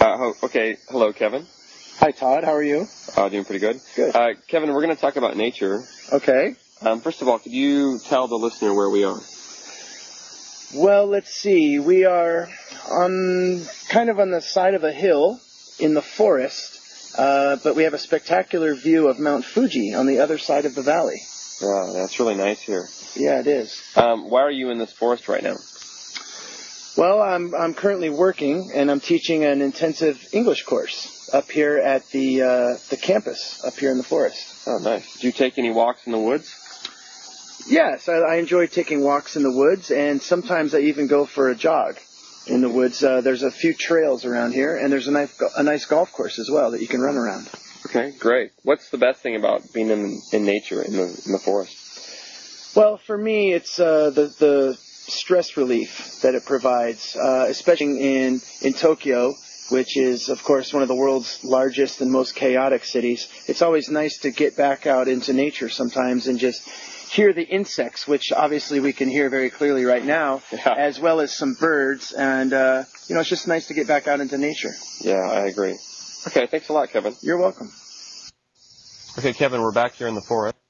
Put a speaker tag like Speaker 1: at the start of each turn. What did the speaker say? Speaker 1: Uh, ho- okay, hello, Kevin.
Speaker 2: Hi, Todd. How are you?
Speaker 1: Uh, doing pretty good.
Speaker 2: Good.
Speaker 1: Uh, Kevin, we're going to talk about nature.
Speaker 2: Okay.
Speaker 1: Um, first of all, could you tell the listener where we are?
Speaker 2: Well, let's see. We are on kind of on the side of a hill in the forest, uh, but we have a spectacular view of Mount Fuji on the other side of the valley.
Speaker 1: Yeah, that's really nice here.
Speaker 2: Yeah, it is.
Speaker 1: Um, why are you in this forest right now?
Speaker 2: Well, I'm I'm currently working and I'm teaching an intensive English course up here at the uh, the campus up here in the forest.
Speaker 1: Oh, nice. Do you take any walks in the woods?
Speaker 2: Yes, I, I enjoy taking walks in the woods, and sometimes I even go for a jog in the woods. Uh, there's a few trails around here, and there's a nice a nice golf course as well that you can run around.
Speaker 1: Okay, great. What's the best thing about being in, in nature in the in the forest?
Speaker 2: Well, for me, it's uh, the the stress relief that it provides, uh, especially in in Tokyo, which is of course one of the world's largest and most chaotic cities. It's always nice to get back out into nature sometimes and just hear the insects, which obviously we can hear very clearly right now,
Speaker 1: Yeah.
Speaker 2: as well as some birds, and uh, you know it's just nice to get back out into nature.
Speaker 1: Yeah, I agree. Okay, thanks a lot, Kevin.
Speaker 2: You're welcome.
Speaker 1: Okay, Kevin, we're back here in the forest.